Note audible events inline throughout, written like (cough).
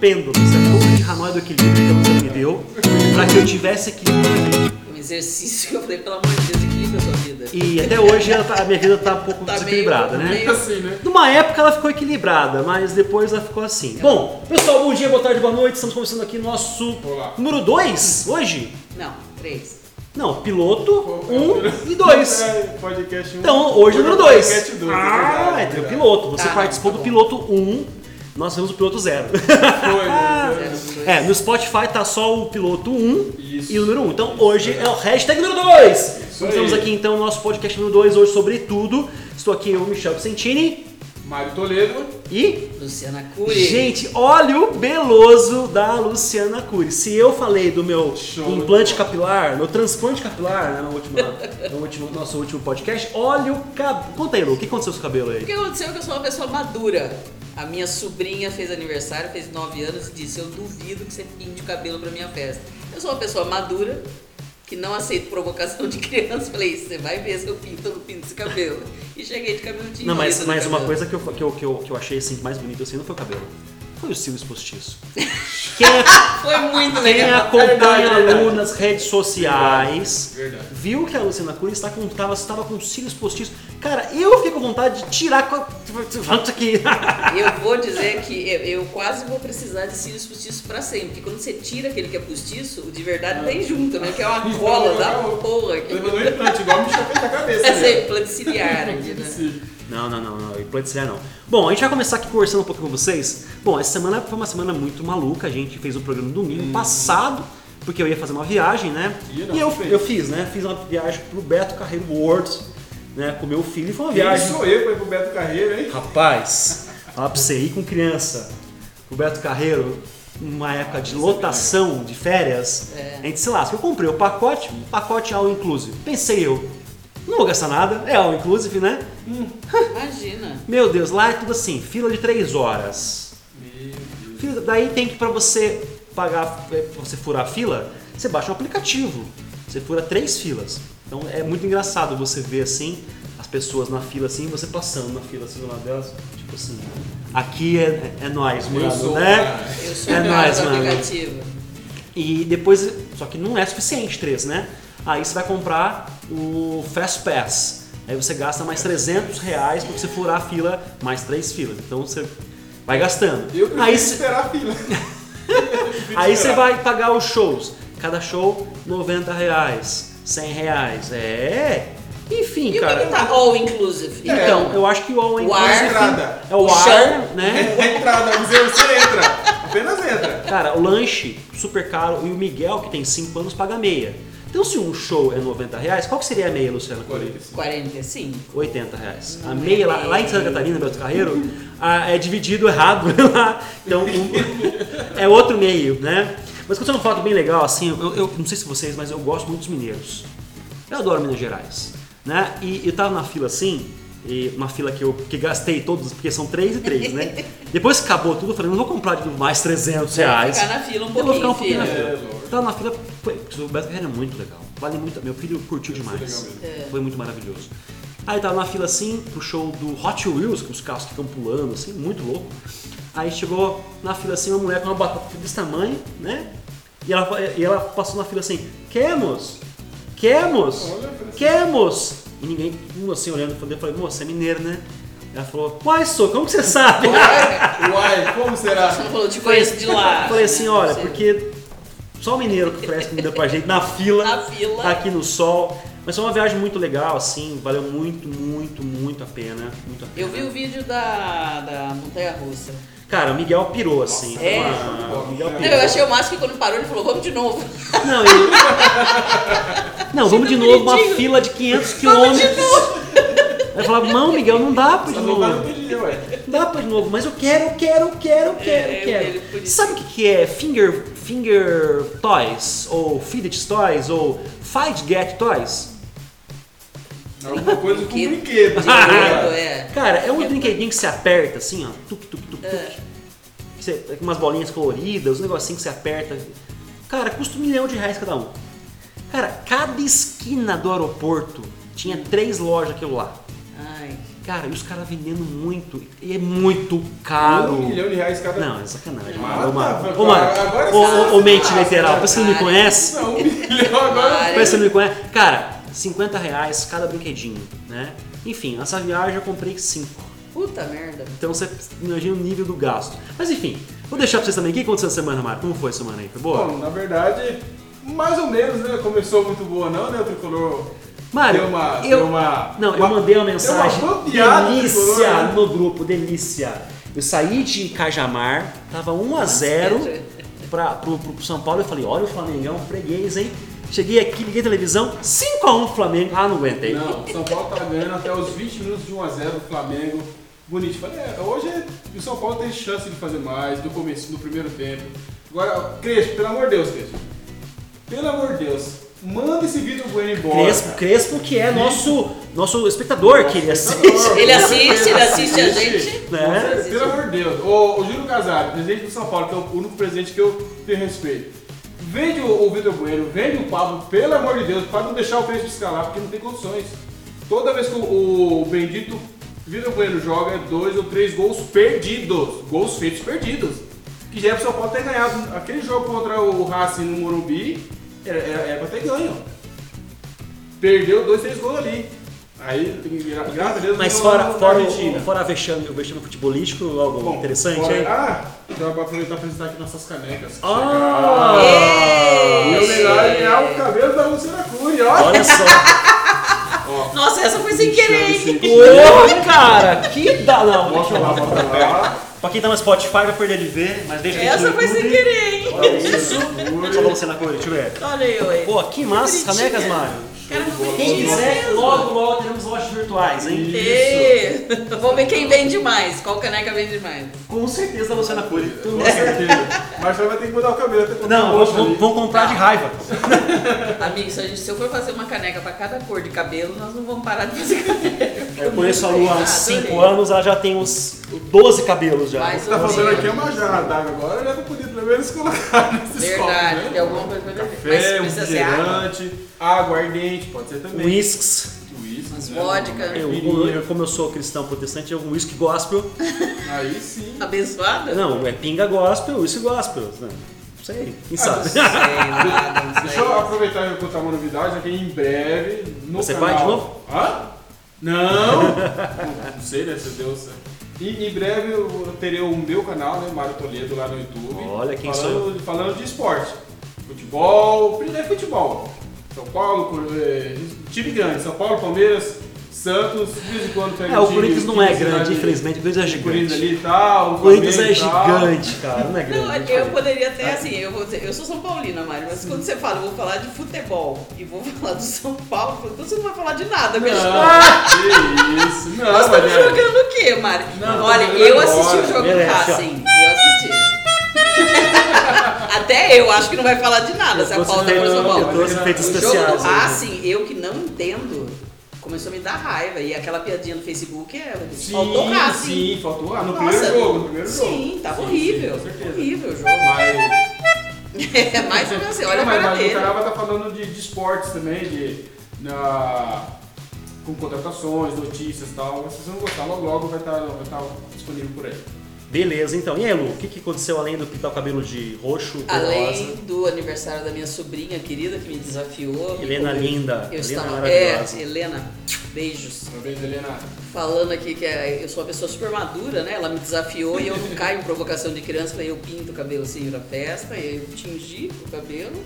pêndulo, isso é tudo de Hanoi do equilíbrio que a Luana me deu, para que eu tivesse equilíbrio. Um exercício que eu falei, pelo amor de Deus, equilibra a sua vida. E até hoje ela tá- a minha vida tá um pouco Tá meio- desequilibrada, né? meio- (laughs) Assim, né? Numa época ela ficou equilibrada, mas depois ela ficou assim. Bom, pessoal, bom dia, boa tarde, boa noite. Estamos começando aqui nosso Olá. número 2 hoje. Não, três. Não, piloto um e dois. É, Podcast 1. Então, hoje o número 2. Podcast 2. Ah, é tem o piloto. Você Tá, participou tá do bom. piloto 1, um, nós temos o piloto 0. né? Zero, um, Foi. dois. é, no Spotify tá só o piloto 1 um Isso. e o número 1. Um. Então hoje é o hashtag número 2. Isso Estamos aí. aqui então no nosso podcast número 2 hoje sobre tudo. Estou aqui eu, Michel Vicentini Mário Toledo. e Luciana Cury. Gente, olha o beloso da Luciana Cury. Se eu falei do meu Show. implante capilar, meu transplante capilar, né, no, último, no último- nosso último podcast, olha o cabelo. Conta aí, Lu, o que aconteceu com o seu cabelo O aí? que aconteceu é que eu sou uma pessoa madura. A minha sobrinha fez aniversário, fez 9 anos e disse: Eu duvido que você pinte o cabelo pra minha festa. Eu sou uma pessoa madura, que não aceito provocação de criança. Falei: Você vai ver se eu pinto ou não pinto esse cabelo. E cheguei de cabelo tingido. Não, mas, no mas uma cabelo. coisa que eu, que, eu, que, eu, que eu achei assim, mais bonita assim, não foi o cabelo. Foi o Silvio (laughs) é Postiço. Quem, Foi muito quem legal. É Verdade, acompanha a Lu verdade. É nas redes sociais Verdade. viu que a Luciana Cury está com, tava, estava com cílios postiços. Cara, eu fico com vontade de tirar. com- Volta aqui. (laughs) Eu vou dizer que eu, eu quase vou precisar de cílios postiços pra sempre. Porque quando você tira aquele que é postiço, o de verdade vem junto, né? Que é uma cola da porra. Levando aqui. um implante, igual me chapei na cabeça. (laughs) Essa é né? implante ciliar aqui, né? Não, não, não, não, implante ciliar não. Bom, a gente vai começar aqui conversando um pouco com vocês. Bom, essa semana foi uma semana muito maluca, a gente fez o programa no domingo passado, porque eu ia fazer uma viagem, né? Hum. E não, eu, fez. eu fiz, né? Fiz uma viagem pro Beto Carreiro World, né? Com meu filho, e foi uma Quem viagem. sou eu pra ir pro Beto Carreiro, hein? Rapaz, falar pra você ir com criança, com o Beto Carreiro, numa época de lotação de férias, a gente se lasca. Eu comprei o pacote, um pacote all inclusive. Pensei eu, não vou gastar nada, é all inclusive, né? Imagina. Meu Deus, lá é tudo assim, fila de 3 horas. Meu Deus. Fila- Daí tem que pra você pagar, é, pra você furar a fila, você baixa um aplicativo. Você fura três filas. Então é muito engraçado você ver assim as pessoas na fila assim, e você passando na fila assim do lado delas, tipo assim, aqui é, é nós, Eu mano, sou né? o Eu sou É o nóis, do mano. aplicativo. E depois, só que não é suficiente três, né? Aí você vai comprar o Fast Pass. Aí você gasta mais 300 reais pra você furar a fila, mais três filas. Então você vai gastando. Eu prefiro Aí você- esperar a fila. Eu (laughs) prefiro Aí você esperar. vai pagar os shows. Cada show, 90 reais, 100 reais. É. Enfim, E o que cara. que tá all inclusive? Então, eu acho que o All O ar. Inclusive Entrada. é o, O ar, chão. né? É entrada, museu, você entra. Apenas entra. Cara, o lanche, super caro. E o Miguel, que tem 5 anos, paga meia. Então, se um show é 90 reais, qual que seria a meia, Luciano? Olha isso. 45. 80 reais. A Não é meia lá, lá em Santa Catarina, Beto Carreiro, a- é dividido errado (laughs) lá. Então um- é outro meio, né? Mas quando um fato bem legal, assim, eu, eu não sei se vocês, mas eu gosto muito dos mineiros. Eu adoro Minas Gerais. Né? E eu tava na fila assim, e uma fila que eu que gastei todos, porque são três e três, (laughs) né? Depois que acabou tudo, eu falei, não vou comprar de novo mais 300 reais. Ficar na fila um Eu vou ficar pouquinho, um pouquinho na filha. fila. É, lógico. Tava na fila, foi, porque o Beto Carreiro é muito legal. Vale muito, meu filho curtiu legal demais. mesmo. Foi muito maravilhoso. Aí tava na fila assim, pro show do Hot Wheels, com os carros que ficam pulando, assim, muito louco. Aí chegou na fila assim uma mulher com uma batata desse tamanho, né? E ela, fa- e ela passou na fila assim, queremos! Queremos! Olha, parece- Queremos! E ninguém, um assim, olhando, eu falei, moça, é mineiro, né? Ela falou, uai, sou, como que você sabe? Uai, como será? Você não falou, te conheço de lá. Eu (laughs) falei assim, né? olha, Você- porque só o mineiro que oferece comida pra gente na fila, Na fila. tá aqui no sol. Mas foi uma viagem muito legal, assim, valeu muito, muito, muito a pena. Muito a pena. Eu vi o vídeo da, da Montanha Russa. Cara, o Miguel pirou, assim. Nossa, é? Ah, o Miguel Não, Não, pirou. eu achei o máximo que quando parou, ele falou, vamos de novo. Não, (laughs) ele... Não, vamos de Tá novo, uma bonitinho. fila de 500 Vamos de quilômetros. Aí eu falava, não, Miguel, não dá pra ir Só de não tá no novo. PG, ué. Não dá pra ir de novo, mas eu quero, eu quero, eu quero, eu quero, É, eu eu quero. vejo por isso. Sabe o que, que é finger, finger toys, ou fidget toys, ou fight get toys? Alguma coisa com Brinquedo. brinquedo. (laughs) Brinquedo, né? é. Cara, é um brinquedinho que você aperta assim, ó. Tuc, tuc, tuc, tuc. Que você- com umas bolinhas coloridas, um negocinho que você aperta. Cara, custa um milhão de reais cada um. Hum. Cara, cada esquina do aeroporto tinha três lojas daquilo lá. Ai, Cara, e os caras vendendo muito. E é muito caro. Um milhão de reais cada Não, é sacanagem. Ah, Ô, tá, mano. agora- Ô, agora mano. Ô, você- ô, ô, mente literal. Ah, Você não me cara. conhece? Não, um milhão agora. Parece Vai. que você não é me conhece. Cara, 50 reais cada brinquedinho, né? Enfim, essa viagem eu comprei 5. Puta merda. Então você imagina o nível do gasto. Mas enfim, vou deixar pra vocês também. O que aconteceu na semana, Marco? Como foi a semana aí? Foi boa? Bom, na verdade, mais ou menos, né? Começou muito boa, não, né? O tricolor. Mário, deu uma, eu- deu uma. Não, eu uma- mandei uma deu mensagem. Uma bambeada no delícia tricolor, né? no grupo, delícia. Eu saí de Cajamar, tava 1 a 0 (laughs) pra, pro, pro São Paulo. Eu falei, olha o Flamengão, freguês, hein? Cheguei aqui, liguei a televisão, 5x1 Flamengo. Ah, não aguentei. Não, o São Paulo tá ganhando até os 20 minutos de 1x0 do Flamengo. Bonito. Falei, é, hoje é- o São Paulo tem chance de fazer mais no começo, no primeiro tempo. Agora, Crespo, pelo amor de Deus, Crespo. Pelo amor de Deus, manda esse Vitor Bueno embora. Crespo, cara. Crespo que é nosso, nosso espectador, que (laughs) ele é assim, assiste. Ele assiste, ele assiste a gente. Né? Pelo Pelo amor de Deus. O, o Júlio Casari, presidente do São Paulo, que é o único presidente que eu tenho respeito. Vende o, o Vitor Bueno, vende o Pablo, pelo amor de Deus, para não deixar o Crespo escalar, porque não tem condições. Toda vez que o, o bendito Vitor Bueno joga, é dois ou três gols perdidos. Gols feitos perdidos. Que já é pro São Paulo ter ganhado. Aquele jogo contra o Racing no Morumbi, era, era, era pra ter ganho. Perdeu dois, três gols ali. Aí, tem que virar- graças a Deus, Mas ganhou fora, na fora, Argentina. o, fora a vexame, o vexame futebolístico, algo Bom, interessante, bora- hein? Ah, dá pra aproveitar pra apresentar aqui nossas canecas. Ah! E Ei! o melhor é o cabelo da Luciana Cury, ó. Ah! Olha só. Ó, Nossa, essa foi sem querer, hein? chama-se- Ô, cara, que da... Não, Bota lá, bota lá. pra quem tá no Spotify vai perder de ver, mas deixa eu Essa foi sem querer, hein? Olha isso. Só vamos na cor, deixa eu ver. Olha eu aí. Pô, que massa essas Bonitinha. canecas, Mário. Cara, não Boa, foi Quem quem quiser, mesmo. logo, logo teremos lojas virtuais, hein? Ei, Vamos ver quem vende mais. Qual caneca vende mais? Com certeza da Luciana Cury. Com certeza. Marcelo vai ter que mudar o cabelo. até colocar Não, um roxo ali. vão, vão comprar de raiva. Amigo, se, a gente, se eu for fazer uma caneca pra cada cor de cabelo, nós não vamos parar de fazer caneca. Ah, Eu conheço a Lu há uns 5 Adorei. anos, ela já tem uns 12 cabelos já. Mas- O que tá faltando aqui é uma jarra d'água. Agora já tá podido pelo menos colocar (laughs) nesses Verdade, é copos, tem né? alguma coisa pra beber. Mas Café, um precisa ser água. refrigerante, água ardente, pode ser também. Whisks. Whisky, Mas né? vodka. Eu, Caipirinha. como eu sou cristão protestante, eu um whisky gospel. Aí sim. Abençoada? Não, é pinga gospel, whisky gospel. Não sei, quem Ah, sabe. Sei lá, não sei. Deixa eu aproveitar e contar uma novidade aqui em breve. No Você canal. vai de novo? Hã? (laughs) Não! não sei, né? Se Deus. E, em breve eu terei o meu canal, né? Mário Toledo lá no YouTube. Olha quem falando, sou Falando de esporte. Futebol, primeiro futebol. São Paulo, Cor- eh, time grande. São Paulo, Palmeiras, Santos, de vez em quando pega um É, o time- Corinthians não time é da cidade- grande, infelizmente. O Corinthians é O Corinthians gigante. ali e tal. O Corinthians é Palmeiras e tal. gigante, cara. Não é Não, grande. eu poderia até assim, eu, vou dizer, eu sou São Paulina, Mário, mas quando você fala, eu vou falar de futebol e vou (laughs) falar do São Paulo, eu falo, então você não vai falar de nada, minha gente. Não, que isso. Não, Nós estamos Mariana. jogando o quê, Mário? Não, Olha, tô jogando eu agora. assisti o jogo do Merece, ó. Racing, eu assisti. (laughs) até eu acho que não vai falar de nada se a Eu pauta trouxe- for São Eu Paulo. trouxe efeitos O jogo do especiais. né? Racing, eu que não entendo, começou a me dar raiva. E aquela piadinha no Facebook é. Sim, faltou Racing. sim, faltou. Ah, no Nossa, primeiro jogo, no primeiro jogo. Sim, tava Sim, horrível. sim, com certeza. horrível o jogo. Mas, É mais ou menos assim, olha Não, a mas, cara mas o dele. Caraba tá falando de, de esportes também, de, na, com contratações, notícias e tal. Mas se vocês não gostar, logo logo vai estar vai tá disponível por aí. Beleza, então. E aí, Lu, o que, que aconteceu além do pintar o cabelo de roxo, cor Além rosa? do aniversário da minha sobrinha querida que me desafiou. me Helena convidou. linda. Eu Helena estava. É, maravilhosa. Helena, beijos. Parabéns, Helena. Falando aqui que é- eu sou uma pessoa super madura, né? Ela me desafiou e eu não caio em provocação de criança, falei, eu pinto o cabelo assim na festa, eu tingi o cabelo.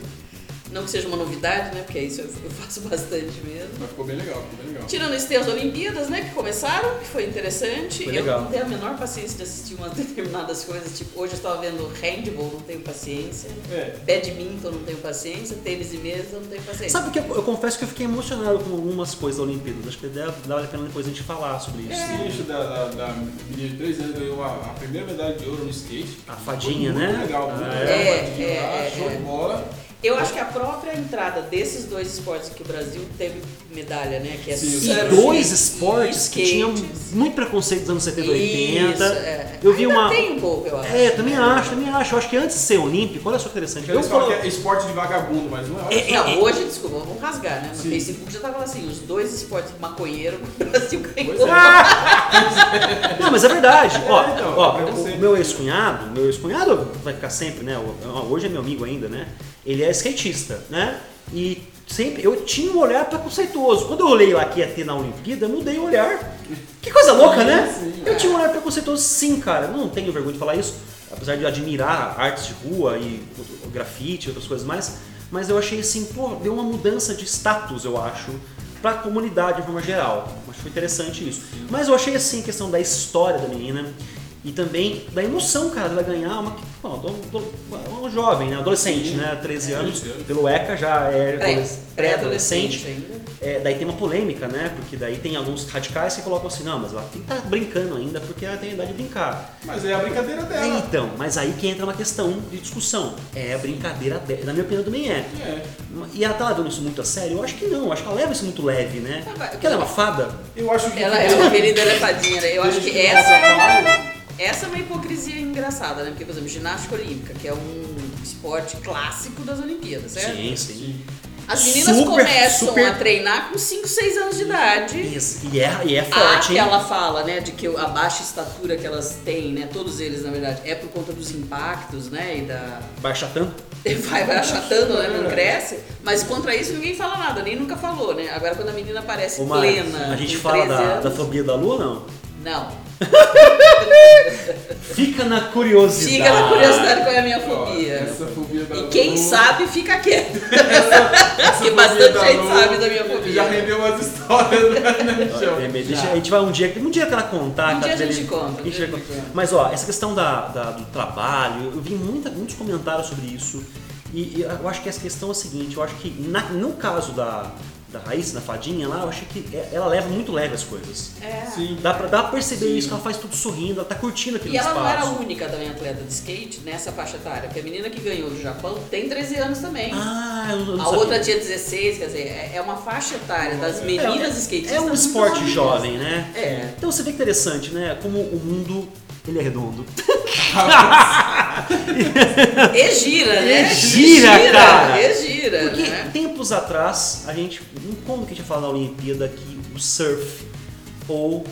Não que seja uma novidade, né? Porque isso eu eu faço (laughs) bastante mesmo. Mas ficou bem legal, ficou bem legal. Tirando isso, tem as Olimpíadas, né, que começaram, que foi interessante. Foi Eu legal. não tenho a menor paciência de assistir umas (laughs) determinadas coisas, tipo, hoje eu estava vendo handball, não tenho paciência. É. Badminton, não tenho paciência. Tênis de mesa, não tenho paciência. Sabe que eu, eu confesso que eu fiquei emocionado com algumas coisas da Olimpíada. Acho que deve- vale a pena depois a gente falar sobre É. isso. né? Esse lixo da, da, da menina de 3 anos ganhou a, a primeira medalha de ouro no skate. A fadinha, Foi muito né? legal, muito Ah, legal. é? a fadinha É, lá, é, show é. de bola. Eu acho que a própria entrada desses dois esportes que o Brasil teve medalha, né? Que é Sim, E surf dois e esportes que skate. tinham muito preconceito dos anos 70 e 80. Isso, é. Eu vi Ainda uma. tem um pouco, eu acho. É, também acho, também acho. Eu acho que antes de ser olímpico, olha só que interessante. Eles Eu falam colo- que é esporte de vagabundo, mas não é. Não, hoje, desculpa, vamos rasgar, né? No Sim. Facebook já tava assim, os dois esportes maconheiro, (laughs) o Brasil ganhou. Pois é. Não, mas é verdade. Ó, É, então, ó, é o preconceito. meu ex-cunhado, meu ex-cunhado vai ficar sempre, né? o- Hoje é meu amigo ainda, né? Ele é skatista, né? E sempre eu tinha um olhar preconceituoso. Quando eu olhei lá que ia ter na Olimpíada, eu mudei o olhar. Que coisa louca, né? Eu tinha um olhar preconceituoso sim, cara. Não tenho vergonha de falar isso, apesar de eu admirar artes de rua e grafite e outras coisas mais. Mas eu achei assim, pô, deu uma mudança de status, eu acho pra comunidade de forma geral. Acho que foi interessante isso. Mas eu achei assim a questão da história da menina e também da emoção, cara, dela ganhar uma. Bom, do- do- um jovem, né? Adolescente, né? 13 anos, 13 anos. pelo ECA já é Pré- pré-adolescente. ainda. É, daí tem uma polêmica, né? Porque daí tem alguns radicais que colocam assim, não, mas ela tem que estar brincando ainda porque ela tem a idade de brincar. Mas é a brincadeira É, dela. então, mas aí que entra uma questão de discussão. É a brincadeira dela. Na minha opinião também é. É. E ela tá levando isso muito a sério? Eu acho que não, eu acho que ela leva isso muito leve, né? Ah, vai. Porque ela é uma fada. Eu acho que. Ela é uma querida elefadinha, né? Eu acho que Desde essa nossa é, mãe- essa é uma hipocrisia engraçada, né? Porque, por exemplo, ginástica olímpica, que é um esporte clássico das Olimpíadas, certo? Sim, sim. As meninas Super, começam super- a treinar com 5, 6 anos de idade. Isso. E é, e é A forte, que hein? ela fala, né, de que a baixa estatura que elas têm, né, todos eles, na verdade, é por conta dos impactos, né, e da... Baixa tanto. (laughs) Vai, vai achatando, né, não cresce. Mas contra isso ninguém fala nada, nem nunca falou, né. Agora quando a menina aparece Ô, Mari, plena, a gente com fala 13 da, da anos- fobia da lua, não? Não, Fica na curiosidade. Diga na curiosidade qual é a minha Ó, fobia. Essa fobia da E quem Lu- sabe fica quieto. (laughs) (laughs) que essa fobia bastante da gente Lu sabe da minha fobia. Já rendeu umas histórias né, no chão. É, mas deixa- Já. a gente vai um dia, um dia que ela contar, Um cara, dia a gente dele- conta, um a gente dia vai a gente contar. conta. Mas ó, essa questão da, da- do trabalho, eu vi muita- muitos comentários sobre isso. E, e eu acho que essa questão é a seguinte, eu acho que na- no caso da, da Raíssa, da fadinha lá, eu achei que é- ela leva muito leve as coisas. É. Sim. Dá pra, dá pra perceber Sim. isso, que ela faz tudo sorrindo, ela tá curtindo aquele E ela espaço. não era a única também atleta de skate nessa faixa etária, porque a menina que ganhou do Japão tem 13 anos também. Ah, eu não a sabia. outra tinha 16, quer dizer, é é uma faixa etária das meninas skatistas. É um muito esporte novinhas. jovem, né? É. Então você vê que interessante, né? Como o mundo, ele é redondo. E gira, né? E gira, cara. E gira, Porque né? tempos atrás, a gente. hum, Como que a gente ia falar na Olimpíada que o surf ou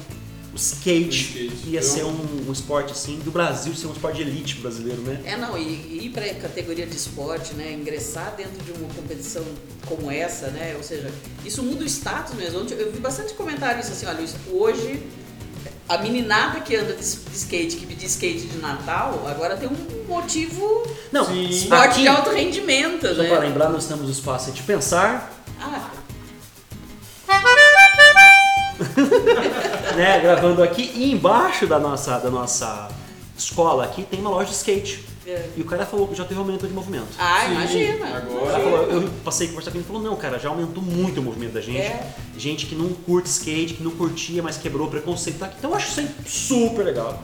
o skate, O skate. ia Eu- ser um, um esporte assim, do Brasil ser um esporte de elite brasileiro, né? É, não, e ir para a categoria de esporte, né? Ingressar dentro de uma competição como essa, né? Ou seja, isso muda o status mesmo. Ontem Eu vi bastante comentário isso assim, olha, isso- hoje a meninada que anda de s- de skate, que pedia skate de Natal, agora tem um motivo Não, Sim. esporte aqui, de alto rendimento, só para né? lembrar, nós temos o espaço de pensar, Ah, né? Gravando aqui, e embaixo da nossa, da nossa escola aqui tem uma loja de skate. é. E o cara falou que já teve aumento de movimento. ah Sim, imagina. É, agora- Ela falou, eu passei a conversar com ele e falou, não, cara, já aumentou muito o movimento da gente. É. Gente que não curte skate, que não curtia, mas quebrou o preconceito. tá aqui. Então eu acho isso aí super legal.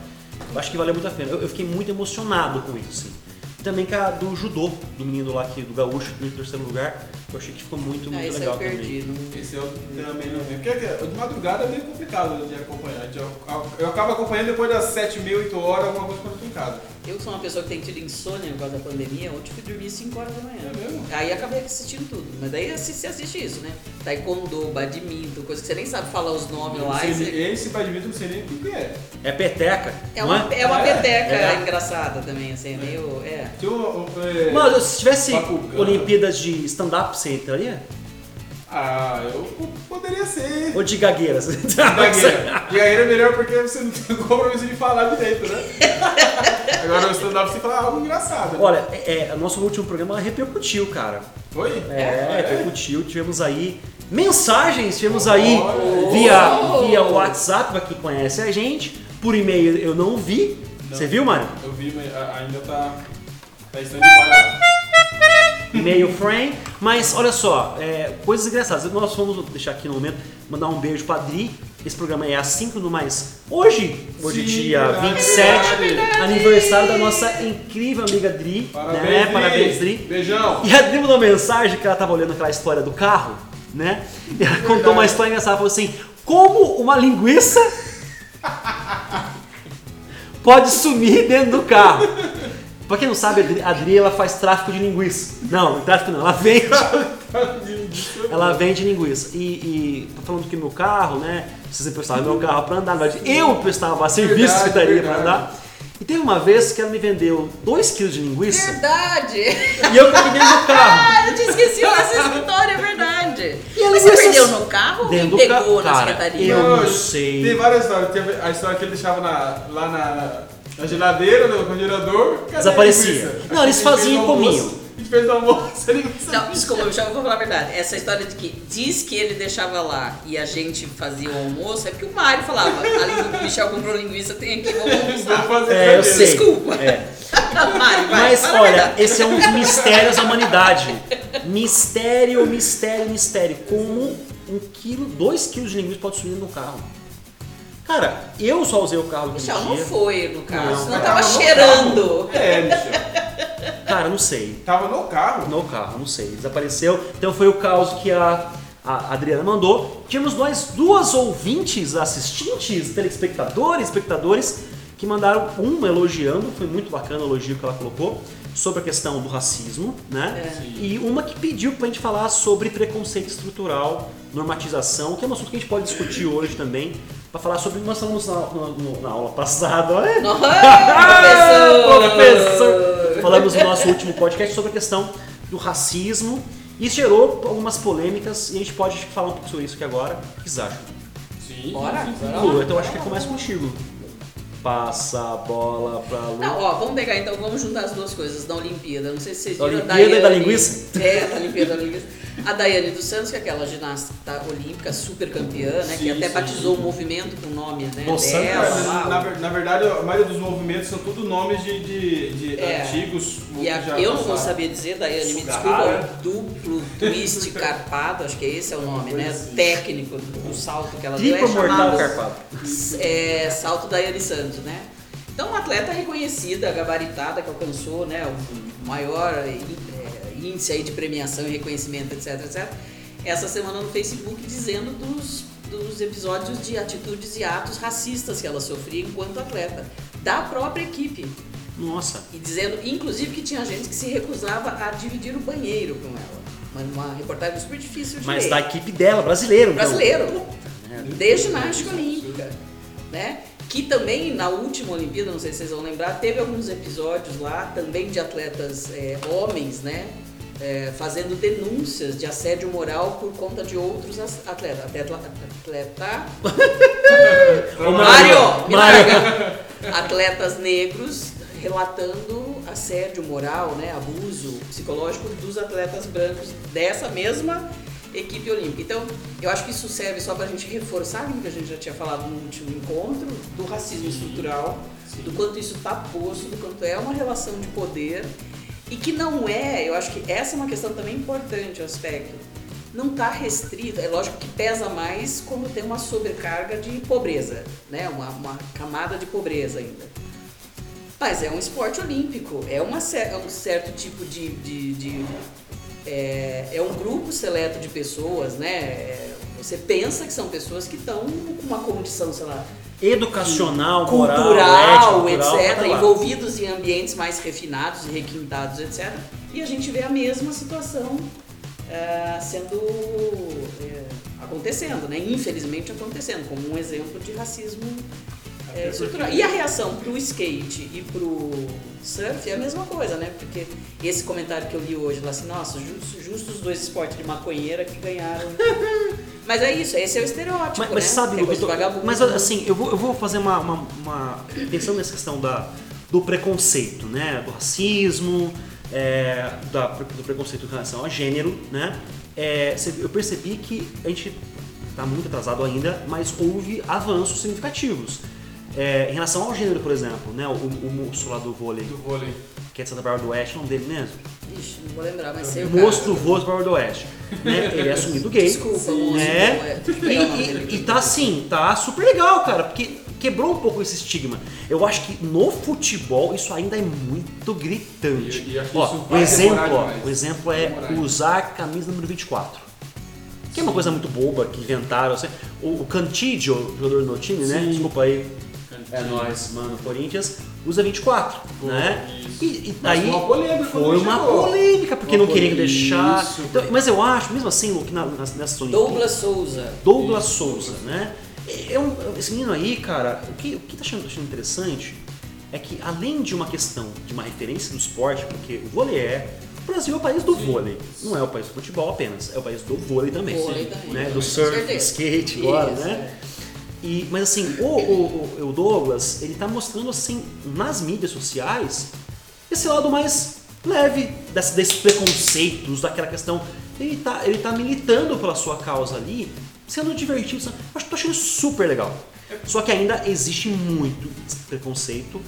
Eu acho que valeu muito a pena. Eu, eu fiquei muito emocionado com isso, assim. E Também com a do judô, do menino lá aqui, do gaúcho, que veio em terceiro lugar. Eu achei que ficou muito, Ah, muito isso aí legal eu também. perdi. não- Esse eu também não lembro. Porque é, de madrugada é meio complicado de acompanhar. de- Eu, eu acabo acompanhando depois das 7, meia, 8 horas, alguma coisa quando eu tô em casa. Eu que sou uma pessoa que tem tido insônia por causa da pandemia, ontem fui dormir 5 horas da manhã. É mesmo? Aí acabei assistindo tudo. Mas daí se você assiste isso, né? Taekwondo, badminton, coisa que você nem sabe falar os nomes Não lá. sei e nem- você- Esse badminton não sei nem o que que é. É peteca, É não uma, é? é uma É, peteca é. engraçada também, assim, é meio. É. Tem um- um- é- Mano, se tivesse Bakugan. Olimpíadas de stand-up, você entraria? Ah, eu p- poderia ser. Ou de gagueiras? Gagueira. Gagueira é melhor porque você não tem o compromisso de falar direito, né? Agora o stand-up você fala algo engraçado. (laughs) Olha, é, é, o nosso último programa repercutiu, cara. Oi? É, repercutiu. Tivemos aí mensagens, tivemos aí Olha. via, via WhatsApp, pra quem conhece a gente. Por e-mail eu não vi. Não. Você viu, Mário? Eu vi, mas a- ainda tá. Tá em stand-by lá. E-mail frame. Mas olha só, é, coisas engraçadas. Nós vamos deixar aqui no momento, mandar um beijo pra Adri, Esse programa é às 5 do mais. Hoje, hoje Sim, dia verdade, 27, verdade. aniversário da nossa incrível amiga Dri. né? Parabéns, Parabéns, Dri. Beijão. E a Dri mandou uma mensagem que ela tava olhando aquela história do carro, né? E ela contou uma história engraçada, falou assim, como uma linguiça pode sumir dentro do carro? Pra quem não sabe, a Dri- a Dri ela faz tráfico de linguiça. Não, é tráfico não, ela (laughs) vende. Ela vende linguiça. E, e tá falando que meu carro, né? Vocês emprestavam meu carro pra andar. Na verdade, eu prestava serviço de Verdade, fritaria pra verdade. andar. E teve uma vez que ela me vendeu 2kg de linguiça (laughs) Verdade! e eu caí dentro do carro. Ah, eu te esqueci dessa história, é verdade. E ela Mas você disse perdeu assim, no carro ou dentro do pegou carro, na cara, secretaria? eu- não sei. Tem várias histórias. Tem a história que ele deixava na- lá na, na- na geladeira, no congelador. cadê a Desaparecia. linguiça? Não, eles A gente fez faziam o almoço, cominho. A gente fez o almoço, a linguiça. Não, desculpa, Michel, eu vou falar a verdade. Essa história de que diz que ele deixava lá e a gente fazia o almoço é porque o Mário falava. Ali o Michel comprou linguiça, tem aqui, vamos Vou almoçar. fazer É, eu certeza. sei. Desculpa. É. Mário, vai, Mas fala a olha, verdade. esse é um dos mistérios da humanidade. Mistério, mistério, mistério. Como um quilo, dois quilos de linguiça pode sumir no carro. Cara, eu só usei o carro aquele Michel não dia. foi no carro, Não, senão Tava tava no cheirando. carro. É, Michel. Cara, não sei. Tava no carro. No carro, não sei. Desapareceu. Então foi o caos que a, a Adriana mandou. Tínhamos nós duas ouvintes, assistentes, telespectadores, espectadores, que mandaram uma elogiando, foi muito bacana o elogio que ela colocou, sobre a questão do racismo, né? É. Sim. E uma que pediu pra gente falar sobre preconceito estrutural, normatização, que é um assunto que a gente pode discutir hoje também, pra falar sobre. Nós falamos na, na- na aula passada, olha. Não, Ah, professor! professor! Falamos no nosso último podcast sobre a questão do racismo. Isso gerou algumas polêmicas e a gente pode falar um pouco sobre isso aqui agora. O que vocês acham? Sim. Bora, bora Lu, lá. então acho que começa contigo. Passa a bola pra Lu. Não, ó, vamos pegar então, vamos juntar as duas coisas da Olimpíada. Não sei se vocês Da viram Olimpíada e da Daiane- linguiça? É, da Olimpíada e da linguiça. A Daiane dos Santos, que é aquela ginasta olímpica super campeã, né? que Sim, até sim. batizou o movimento com o nome né, Nossa, dela. cara, lá, Na, na ver- na verdade, a maioria dos movimentos são tudo nomes de, de, de É. antigos. E a- já eu não vou passaram. saber dizer, Daiane, me Sugara. desculpa, o duplo twist carpado, acho que esse é o nome, né? Técnico do salto que ela deu, é Triplo Tipo mortal chamado carpado. é, salto Daiane Santos, né? Então, uma atleta reconhecida, gabaritada, que alcançou né, o maior é, é, índice aí de premiação e reconhecimento, etc, etc. Essa semana no Facebook dizendo dos, dos episódios de atitudes e atos racistas que ela sofria enquanto atleta, da própria equipe. Nossa. E dizendo, inclusive, que tinha gente que se recusava a dividir o banheiro com ela. Uma, uma reportagem super difícil de Mas ler. da equipe dela, brasileiro. então. Brasileiro. né? De ginástica olímpica. Né? Que também, na última Olimpíada, não sei se vocês vão lembrar, teve alguns episódios lá também de atletas é, homens, né? É, fazendo denúncias de assédio moral por conta de outros as- atletas. Atleta, atleta Ô, Mário! Mário. me larga. Atletas negros relatando assédio moral, né, abuso psicológico dos atletas brancos dessa mesma equipe olímpica. Então, eu acho que isso serve só pra gente reforçar aquilo que a gente já tinha falado no último encontro, do racismo estrutural, do quanto isso tá posto, do quanto é uma relação de poder e que não é, eu acho que essa é uma questão também importante, o aspecto não está restrito. É lógico que pesa mais quando tem uma sobrecarga de pobreza, né? Uma, uma camada de pobreza ainda. Mas é um esporte olímpico, é, uma, ce- é um certo tipo de. de- de, é, é um grupo seleto de pessoas, né? É, você pensa que são pessoas que estão com uma condição, sei lá, Educacional, moral, cultural, ético, cultural, etc., tá lá. envolvidos em ambientes mais refinados e requintados, etc. E a gente vê a mesma situação ah, sendo eh, acontecendo, né? Infelizmente acontecendo, como um exemplo de racismo eh, estrutural. E a reação pro skate e pro surf é a mesma coisa, né? Porque esse comentário que eu li hoje lá assim, nossa, ju- justo, os dois esportes de maconheira que (laughs) ganharam. Mas é isso, esse é o estereótipo, Mas, né? mas sabe, Que é Lu, coisa eu de tô- vagabundo. mas assim, eu vou, eu vou fazer uma, uma, uma- Pensando nessa questão da, do preconceito, né? Do racismo, é, da- do preconceito em relação a gênero, né? É, cê- eu percebi que a gente está muito atrasado ainda, mas houve avanços significativos. É, em relação ao gênero, por exemplo, né? O, o, moço lá do vôlei, Do vôlei. que é de Santa Bárbara do Oeste, é o nome dele mesmo? Ixi, não vou lembrar, mas sei o cara. Moço do Voz Power do Oeste. Né? Ele é assumido gay. Desculpa, moço. né? não é. E, e- e tá assim, tá super legal, cara, porque quebrou um pouco esse estigma. Eu acho que no futebol isso ainda é muito gritante. E- e acho que isso ó, um vai exemplo, demorar ó, demais. um exemplo é Vai demorar. usar a camisa número 24. Que é uma coisa muito boba que inventaram. assim. O, o Cantídio, jogador do meu time, né? Sim. Desculpa aí. É Cantídio. nóis, mano. Corinthians usa 24, né? isso. E, e Mas daí foi uma polêmica quando foi ele uma chegou. polêmica, porque Uma não queria polêmica. deixar. Isso. Então, mas eu acho, mesmo assim, Luke, na, nas- nessas Olimpíadas- Douglas Souza. Douglas Souza, né? É um- esse menino aí, cara, o que, o que tá achando, achando interessante é que além de uma questão de uma referência do esporte, porque o vôlei é. O Brasil é o país do vôlei, não é o país do futebol apenas, é o país do vôlei também. Vôlei também. Né? Com Do surf, certeza. skate agora, Isso. né? E, mas assim, o, o- o- o Douglas, ele tá mostrando assim, nas mídias sociais, esse lado mais leve desse, desses preconceitos, daquela questão. Ele tá, ele tá militando pela sua causa ali, sendo divertido. sabe? Eu acho- tô achando super legal. Só que ainda existe muito preconceito.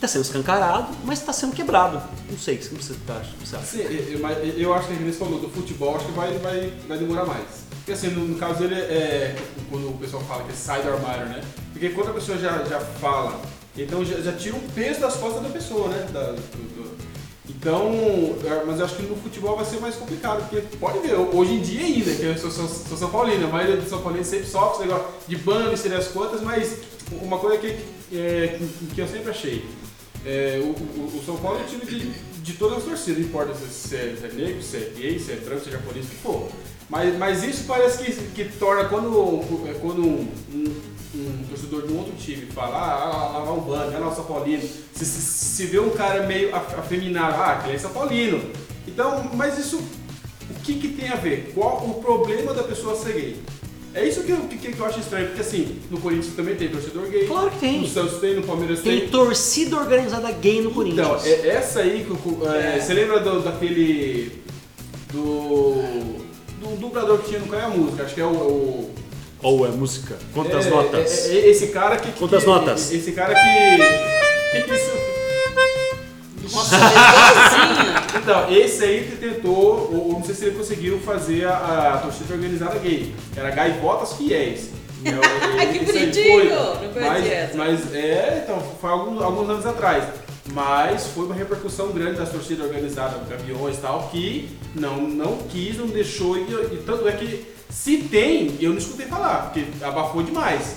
Tá sendo escancarado, mas tá sendo quebrado. Não sei o que você tá- o que você acha. Sim, eu, eu- mas eu acho que a gente falou do futebol, acho que vai, vai, vai demorar mais. Porque assim, no, no caso ele é. Quando o pessoal fala que é sai do armário, né? Porque quando a pessoa já, já fala, então já, já tira o peso das costas da pessoa, né? Da- do- do- Então, é, mas eu acho que no futebol vai ser mais complicado, porque pode ver, hoje em dia ainda, que eu sou, sou, sou São Paulino, a maioria dos São Paulinos sempre sofre esse negócio de banho, não sei as quantas, mas uma coisa que, é, que- que eu sempre achei, é, o, o- o São Paulo é um time de, de todas as torcidas, não importa se, se é, se é negro, se é gay, se é trans, se é japonês, o que for. Mas, mas isso parece que, que torna quando, é, quando um, um- um torcedor de um outro time fala, ah, ah, lá vai o Bando, é lá o São Paulino, se, se, se vê um cara meio af- afeminado, ah, aquele é São Paulino. Então, mas isso, o que, que tem a ver? Qual o problema da pessoa ser gay? É isso que eu, que, que eu acho estranho, porque assim, no Corinthians também tem torcedor gay. Claro que tem. No Santos tem, no Palmeiras Tem torcida organizada gay no então, Corinthians. é- essa aí que o cu- é, É. Você lembra do- daquele. Do. Do dublador que tinha no Caia Música, acho que é o. o- Ou é música? Quantas é, notas? é- é esse cara que. que- Quantas que- notas? Esse cara que. que que isso- Nossa, ele (laughs) é igualzinho. Então, esse aí que tentou, ou, ou não sei se ele conseguiu fazer a, a torcida organizada gay. Era Gaivotas (laughs) Fiéis. É, é, Que isso aí bonitinho! foi. Não conhecia Mas, essa. mas é, então, foi alguns, alguns anos atrás. Mas foi uma repercussão grande das torcidas organizadas, Gaviões e tal, que não, não quis, não deixou. E, e tanto é que se tem, eu não escutei falar, porque abafou demais.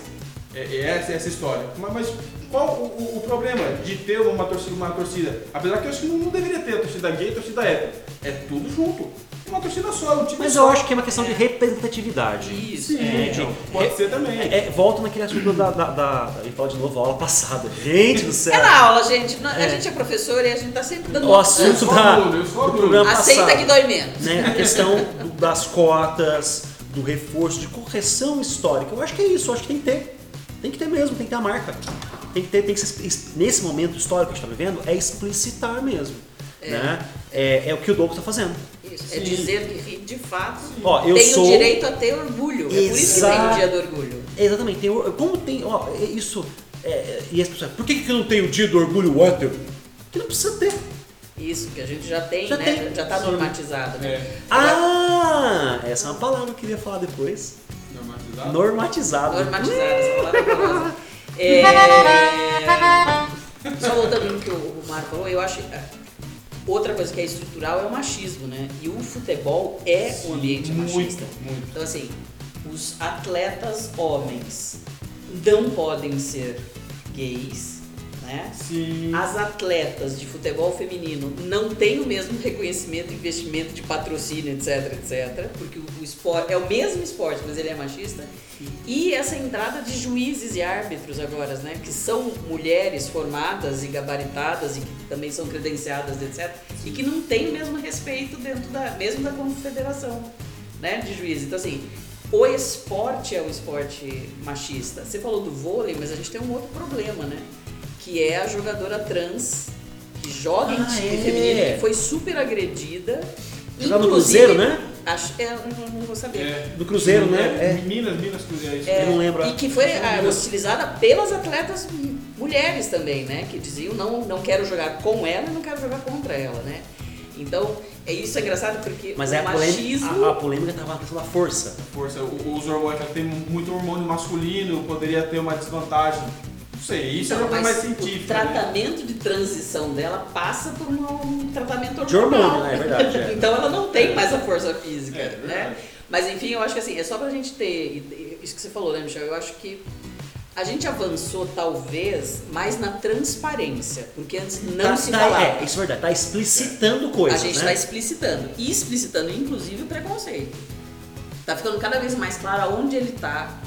É, é essa, essa história. Mas, mas qual o, o- o problema de ter uma torcida, uma torcida? Apesar que eu acho que não, não deveria ter a torcida gay e a torcida hétero. É tudo junto. É uma torcida só, é um time Mas só. eu acho que é uma questão de representatividade. Isso. Sim, é, então, de- pode é- ser também. É, é, volta naquele assunto da. da, da, da eu falo de novo a aula passada. Gente do É céu! na aula, gente. Não- É. A gente é professor e a gente tá sempre dando O Eu assunto sou da, aluno, eu sou do aluno. programa Aceita passado. que dói menos. né? A questão do- das cotas, do reforço, de correção histórica. Eu acho que é isso, eu acho que tem que ter. Tem que ter mesmo, tem que ter a marca. Tem que ter, tem que ser, ex- nesse momento histórico que a gente está vivendo, é explicitar mesmo. É, né? é, é o que o Douglas está fazendo. Isso, É Sim. dizer que ri de fato Ó, eu tem sou- o direito a ter orgulho. É por isso que tem Exato. o dia do orgulho. É, Exatamente, tem, or- como tem, ó, é isso, é, é, e as pessoas, por que que eu não tenho o dia do orgulho hétero? Que não precisa ter. Isso, que a gente já tem, Já né? tem. Já tá normatizado, né? É, Ah, essa é uma palavra que eu queria falar depois. normatizado. Normatizado. Normatizado, essa palavra é famosa. É... Só voltando no que o- o Marco falou, eu acho. é, Outra coisa que é estrutural é o machismo, né? E o futebol é um ambiente muito, machista. muito. Então, assim, os atletas homens não podem ser gays, né? Sim. As atletas de futebol feminino não têm o mesmo reconhecimento, investimento de patrocínio, etc, etc, porque o, o esporte é o mesmo esporte, mas ele é machista. E essa entrada de juízes e árbitros agora, né, que são mulheres formadas e gabaritadas e que também são credenciadas, etc, e que não têm o mesmo respeito dentro da mesmo da confederação, né, de juízes. Então assim, o esporte é um esporte machista. Você falou do vôlei, mas a gente tem um outro problema, né? que é a jogadora trans que joga em Ah, time é. feminino, que foi super agredida. Jogava no Inclusive, Cruzeiro, né? Acho, é, não, não vou saber. É. Do Cruzeiro, né? É. Minas, Minas, Cruzeiro. é isso. É, Eu não lembro. E que foi Eu não ah, lembro. utilizada pelas atletas m- mulheres também, né? Que diziam, não, não quero jogar com ela, não quero jogar contra ela, né? Então, é isso é engraçado porque Mas o é a machismo. polêmica, a, a polêmica tava na questão da força. Força, o- os hormônios ela tem muito hormônio masculino, poderia ter uma desvantagem. Não sei, isso é um Então, problema mais mas científico. O né? tratamento de transição dela passa por um, um tratamento De hormonal. hormônio, né? É (laughs) verdade. é. Então ela não tem mais a força física, É, né? verdade. Mas enfim, eu acho que assim, é só pra gente ter. e- e- Isso que você falou, né, Michel? Eu acho que a gente avançou talvez mais na transparência, porque antes não Tá- se tá- falava. É, isso é verdade. Tá explicitando coisas, a gente tá né? está explicitando. E explicitando, inclusive, o preconceito. Tá ficando cada vez mais claro aonde ele tá,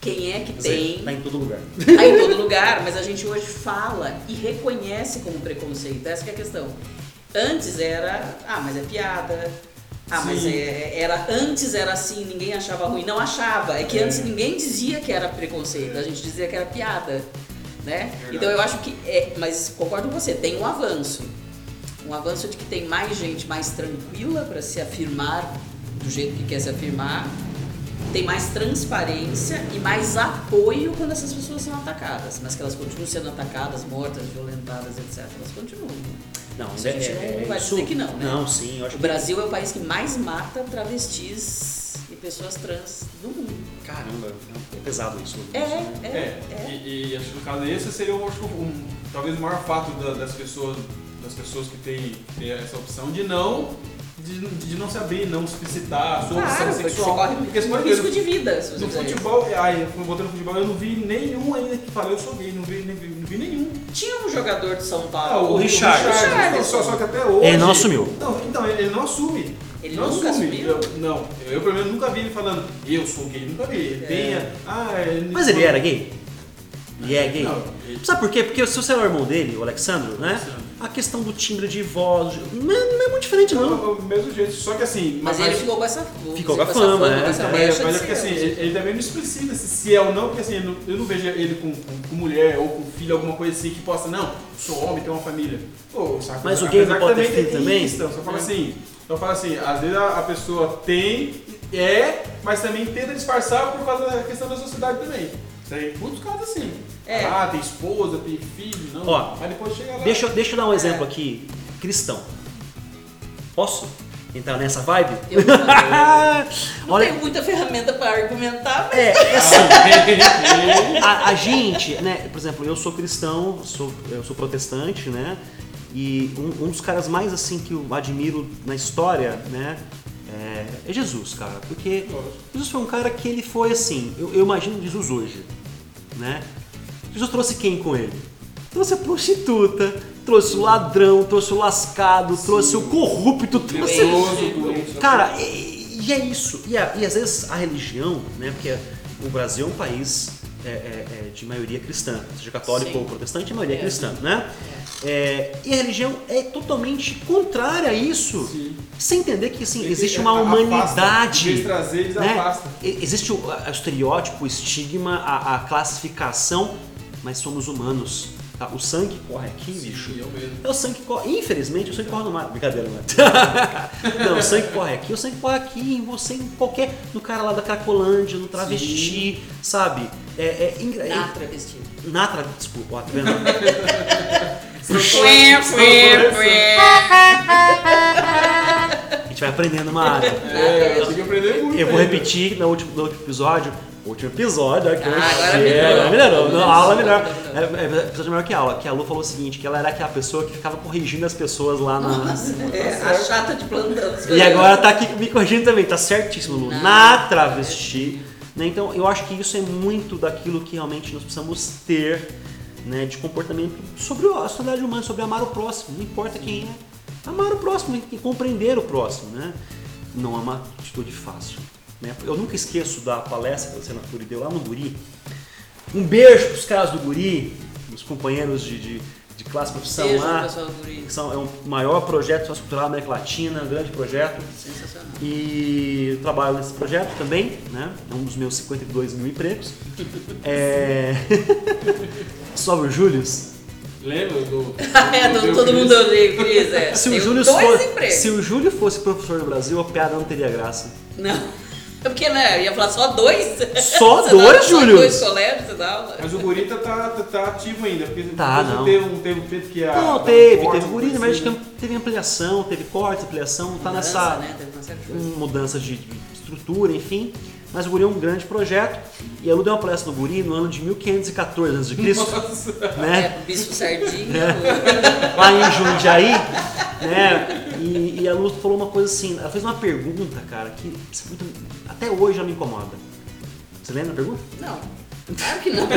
quem é Quer que dizer, tem. Tá em todo lugar. (laughs) Tá em todo lugar, mas a gente hoje fala e reconhece como preconceito. Essa que é a questão. Antes era, ah, mas é piada. Ah, mas Sim. é- era antes era assim, ninguém achava ruim. Não achava, é que antes ninguém dizia que era preconceito, a gente dizia que era piada, né? Verdade. Então eu acho que é, mas concordo com você, tem um avanço. Um avanço de que tem mais gente mais tranquila para se afirmar do jeito que quer se afirmar tem mais transparência e mais apoio quando essas pessoas são atacadas, mas que elas continuam sendo atacadas, mortas, violentadas, etc. Elas continuam. né? Não, é, Isso a gente não vai isso- dizer que não, né? Não, sim, eu acho O que- Brasil é o país que mais mata travestis e pessoas trans do mundo. Caramba, é pesado isso. É, é, É, é. E, e acho que no caso esse seria eu acho, um, talvez o maior fato da- das pessoas das pessoas que têm têm essa opção de não de, de não se abrir, não explicitar a sua Claro, opção porque você sexual. corre Porque, por risco exemplo, de vida, né? se você no fizer isso. futebol, é, ai, voltando no futebol, eu não vi nenhum ainda que fala eu sou gay, não vi, nem vi- não vi nenhum. Tinha um jogador de São Ah, Paulo, o Richard. Richard. só, só que até hoje. Ele não assumiu. Não, então, ele não assume. Ele não nunca assume. assumiu? Eu, não, eu pelo menos nunca vi ele falando, eu sou gay, nunca vi. Ele É. tem. Ah, Mas ele era gay? Ele é gay? Não, ele- Sabe por quê? Porque se você é o irmão dele, o Alexandro, né? Alexandro. A questão do timbre de voz não é, não é muito diferente, Não, não. do mesmo jeito, só que assim. mas, ele ficou com essa ficou, com a fama, né? com essa É, Mas, brecha mas de é porque ser. assim, ele, ele também não explicita se, se é ou não, porque assim, eu não, eu não vejo ele com, com- com mulher ou com filho, alguma coisa assim que possa, não, sou homem, tenho uma família. Pô, saca? Mas o gay Apesar não que pode ter tem filho também? É. Isso, então, só fala assim, então fala assim, às vezes a, a pessoa tem, é, mas também tenta disfarçar por causa da questão da sociedade também. Tem muitos casos assim. É. Ah, tem esposa, tem filho, não. Ó, mas depois chega lá. Deixa, eu- deixa eu dar um É. exemplo aqui, cristão. Posso entrar nessa vibe? Eu não (laughs) Olha, tenho muita ferramenta para argumentar, mas é, (laughs) é assim. Ah, a, a gente, né, por exemplo, eu sou cristão, sou, eu sou protestante, né? E um, um dos caras mais assim que eu admiro na história, né? É, é Jesus, cara. Porque Jesus foi um cara que ele foi assim, eu, eu imagino Jesus hoje, né? Jesus trouxe quem com ele? Trouxe a prostituta, trouxe o ladrão, trouxe o lascado, trouxe o corrupto, trouxe Leproso, doente. Cara, e, e é isso. E, a- e às vezes a religião, né? Porque o Brasil é um país é, é, é, de maioria cristã, seja católico Sim. ou protestante, a maioria é É. cristã, né? É, e a religião é totalmente contrária a isso. Sim. Sem entender que assim, Ele existe é- uma afasta, humanidade. né? em vez de trazer, eles afastam. E- Existe o, a- o estereótipo, o estigma, a, a classificação, mas somos humanos. tá? O sangue corre aqui, bicho. Sim, eu mesmo. É o sangue que corre. Infelizmente, o sangue corre no mar. Brincadeira, não é? não, o sangue corre aqui, o sangue corre aqui, em você, em qualquer. No cara lá da Cracolândia, no travesti, sabe? É, é, engra- na é, travesti. na tra... Desculpa, ó, tá vendo? é A gente vai aprendendo uma área. É, eu tenho que aprender muito. Eu vou ainda. repetir no último, no último episódio. Último episódio, olha que Ah, eu agora sei, melhorou. agora melhorou. Não, a aula é melhor. É, Melhorou. é episódio melhor que a aula. Que a Lu falou o seguinte: que ela era aquela pessoa que ficava corrigindo as pessoas lá na. É, a chata de plantão. E agora tá aqui me corrigindo também, tá certíssimo, Lu. Na Na travesti. Né? Então eu acho que isso é muito daquilo que realmente nós precisamos ter né, de comportamento sobre a sociedade humana, sobre amar o próximo, não importa quem é. Amar o próximo e compreender o próximo, né? Não é uma atitude fácil. Né? Eu nunca esqueço da palestra que a Luciana Furi deu lá no Guri. Um beijo pros caras do Guri, os companheiros de, de, de classe profissão Beijo, lá pessoal do Guri. que são- é o maior projeto sociocultural da América Latina, um grande projeto. Sensacional. E eu trabalho nesse projeto também, né? É um dos meus 52 mil empregos. É... (laughs) Sobre o Júlio. Se Lembra do. (laughs) É, do- todo, do- todo do- mundo odeia o Cris, é. o, Tem Júlio dois fo- empregos. se o Júlio fosse professor do Brasil, a piada não teria graça. Não. É porque, né, eu ia falar só dois. Só (laughs) Você dois, dava Júlio? Só dois colegas, né? você dava. Mas o Gorita tá, tá, tá ativo ainda, porque Tá, você não. teve um teve um tempo que a. Não, tava teve, forte, teve guri, assim, mas né? teve ampliação, teve corte, ampliação, tá Mudança, nessa né, teve uma série de coisas. com mudanças de de estrutura, enfim. Mas o Guri é um grande projeto. E a Lu deu uma palestra do Guri no ano de 1514 a.C., Nossa. É, né? o bicho sardinha. É. lá em Jundiaí, né? E, e a Lu falou uma coisa assim, ela fez uma pergunta, cara, que é muito- até hoje já me incomoda. Você lembra a pergunta? o- Não, claro que não.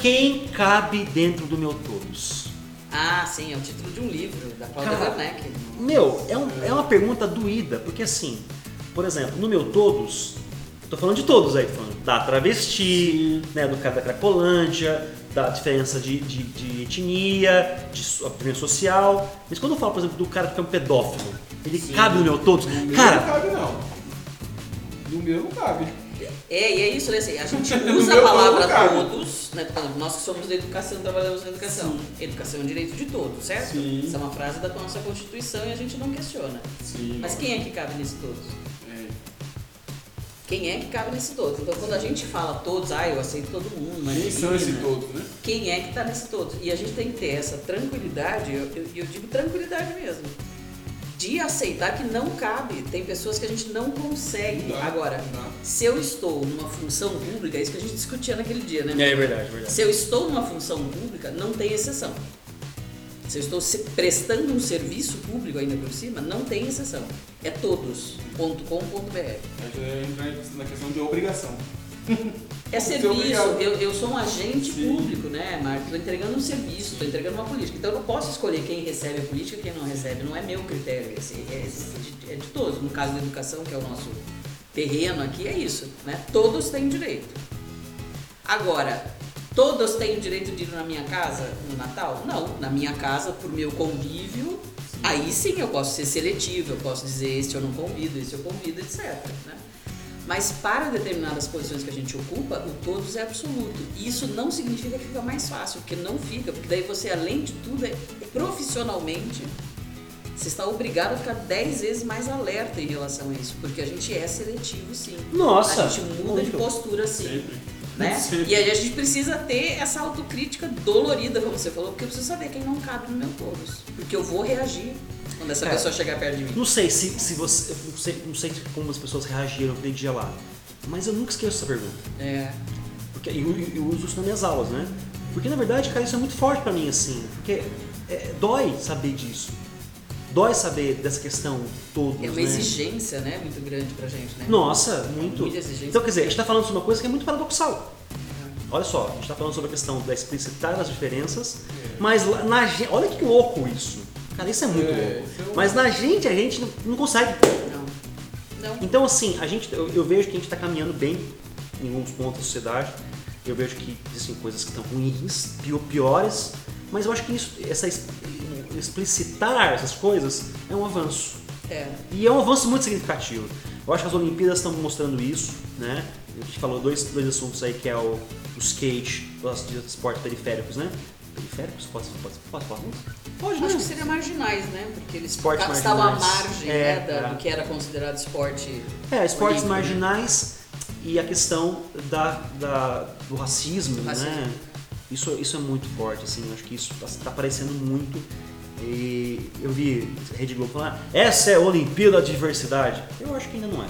Quem cabe dentro do meu todos? Ah, sim, é o título de um livro, da Paula Cara, Werneck. Meu, é, um- é uma pergunta doída, porque assim, por exemplo, no meu todos, tô falando de todos aí, tô falando da travesti, né, do cara da Cracolândia, da diferença de, de, de etnia, de so- diferença social. Mas quando eu falo, por exemplo, do cara que é um pedófilo, ele cabe no meu todos? No meu não Cara, cabe, não. No meu não cabe. É, e é isso, né? Assim, (laughs) a gente No usa a meu palavra colocado. todos, né? porque Nós que somos da educação, trabalhamos na educação. Educação é um direito de todos, certo? Sim. Isso é uma frase da nossa Constituição e a gente não questiona. Sim. Mas quem é que cabe nesse todos? É. Quem é que cabe nesse todos? Então quando a gente fala todos, ah, eu aceito todo mundo, mas. Quem são menina, esse todos, né? quem é que está nesse todo. E a gente tem que ter essa tranquilidade, e eu, eu- eu digo tranquilidade mesmo, de aceitar que não cabe. Tem pessoas que a gente não consegue. Não dá, Agora, não dá. se eu estou numa função pública, é isso que a gente discutia naquele dia, né? é verdade, é verdade. Se eu estou numa função pública, não tem exceção. Se eu estou se- prestando um serviço público ainda por cima, não tem exceção. É todos.com.br. Mas é entrar na questão de obrigação. É Você é serviço, obrigado. eu, eu sou um agente Sim. público, né, Marco? Estou entregando um serviço, estou entregando uma política. Então eu não posso escolher quem recebe a política e quem não recebe. Não é meu critério, esse, é, esse de, é de todos. No caso da educação, que é o nosso terreno aqui, é isso. Né? Todos têm direito. Agora, todos têm o direito de ir na minha casa no Natal? Não, na minha casa, por meu convívio, aí sim eu posso ser seletivo, eu posso dizer este eu não convido, este eu convido, etc. né? Mas para determinadas posições que a gente ocupa, o todos é absoluto. E isso não significa que fica mais fácil, porque não fica, porque daí você, além de tudo, é, profissionalmente, você está obrigado a ficar 10 vezes mais alerta em relação a isso, porque a gente é seletivo sim. Nossa, A gente muda de muito. postura sim Sempre. né? Sempre. E aí a gente precisa ter essa autocrítica dolorida, como você falou, porque eu preciso saber quem não cabe no meu todos. Porque eu vou reagir quando essa É. pessoa chegar perto de mim. Não sei se, se você. eu Não sei, não sei como as pessoas reagiram aquele dia lá. Mas eu nunca esqueço essa pergunta. É. Porque eu, eu uso isso nas minhas aulas, né? Porque na verdade, cara, isso é muito forte pra mim, assim. Porque é, dói saber disso. Dói saber dessa questão todos, É uma né? exigência, né? Muito grande pra gente, né? Nossa, muito. Muita exigência. Então, quer dizer, a gente tá falando sobre uma coisa que é muito paradoxal. Olha só, a gente tá falando sobre a questão da explicitar as diferenças, mas lá na gente. Olha que louco isso. Cara, isso é muito É, louco. isso é um- Mas na gente, a gente não- não consegue. Não. Não. Então, assim, a gente, eu, eu vejo que a gente está caminhando bem em alguns pontos da sociedade. Eu vejo que existem coisas que estão ruins, pio- piores, mas eu acho que isso, essa es- explicitar essas coisas é um avanço. É. E é um avanço muito significativo. Eu acho que as Olimpíadas estão mostrando isso, né? A gente falou dois, dois assuntos aí, que é o, o skate, os de esportes periféricos, né? Periféricos? Posso, posso, posso falar isso? Pode, Acho que né? seria marginais, né? Porque eles Esportes ficavam- estavam à marginais. margem É, né, da- é. do que era considerado esporte. É, esportes olímpico, né? marginais e a questão da, da- do racismo, Racismo. né? Isso, isso é muito forte, assim, eu acho que isso está aparecendo muito. E eu vi Rede Globo falar, essa é a Olimpíada da Diversidade. Eu acho que ainda não é.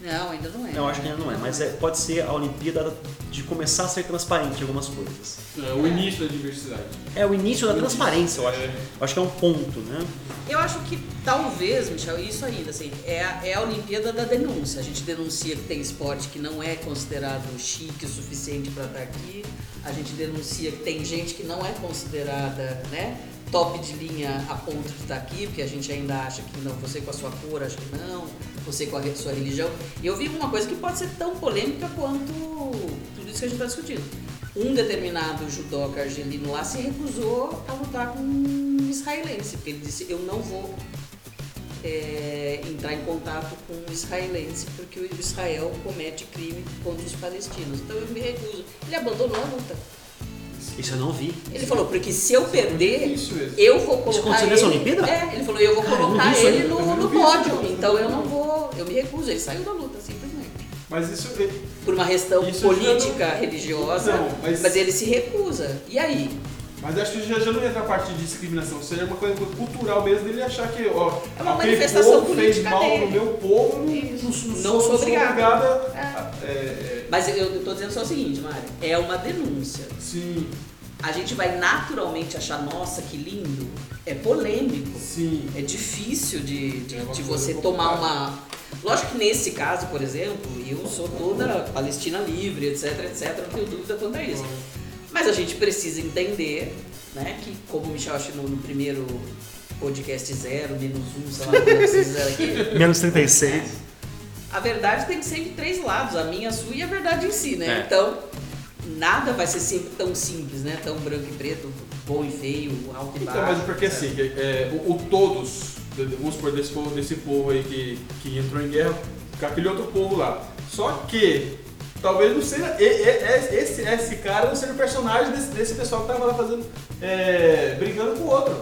Não, ainda não é. Eu acho que ainda não é, mas é- pode ser a Olimpíada de começar a ser transparente em algumas coisas. É o início da diversidade. É o início da O início, transparência, eu acho. é. Eu acho que é um ponto, né? Eu acho que talvez, Michel, isso ainda, assim, é a, é a Olimpíada da denúncia. A gente denuncia que tem esporte que não é considerado chique o suficiente para estar aqui. A gente denuncia que tem gente que não é considerada, né, top de linha a ponto de estar aqui, porque a gente ainda acha que não, você com a sua cor, acho que não, você com a re- sua religião. E eu vi uma coisa que pode ser tão polêmica quanto tudo isso que a gente está discutindo. Um determinado judoca argelino lá se recusou a lutar com um israelense, porque ele disse: Eu não vou é, entrar em contato com um israelense, porque o Israel comete crime contra os palestinos. Então eu me recuso. Ele abandonou a luta. Isso eu não vi. Ele falou, porque se eu perder, difícil mesmo. eu vou Isso colocar aconteceu ele... nessa Olimpíada? É, ele falou, eu vou Cara, eu não colocar vi isso ele aí, no, eu não no vi isso, pódio, não. então eu não vou... Eu me recuso, ele saiu da luta, simplesmente. Mas isso. Por uma questão Isso eu já política, não- religiosa, Não, mas- ele se recusa. E aí? Mas acho que já, já não entra a parte de discriminação, seria uma coisa cultural mesmo dele achar que, ó, É uma aquele manifestação povo fez política mal dele. no meu povo, não, Isso. não sou- Não não sou sou obrigado. obrigada. É. a- é, Mas eu, eu tô dizendo só o seguinte, Mário, é uma denúncia. é, sim, A gente vai naturalmente achar, nossa, que lindo. É polêmico. sim. É difícil de, de, É uma de coisa você complicada. tomar uma. Lógico que nesse caso, por exemplo, eu sou toda Palestina livre, etc, etc, não tenho dúvida quanto a isso. Mas a gente precisa entender, né, que como o Michel acho no, no primeiro podcast zero, menos um, sei lá como vocês fizeram aqui, Menos 36. a verdade tem que ser de três lados, a minha, a sua e a verdade em si, né? É. Então, nada vai ser sempre tão simples, né? Tão branco e preto, bom e feio, alto e baixo. Então, mas porque sabe? assim, que, é, o, o todos, vamos supor, desse povo, desse povo aí que, que entrou em guerra com aquele outro povo lá. Só que, talvez não seja. e- e- e- esse, esse cara não seja o personagem desse, desse pessoal que tava lá fazendo. é, brigando com o outro.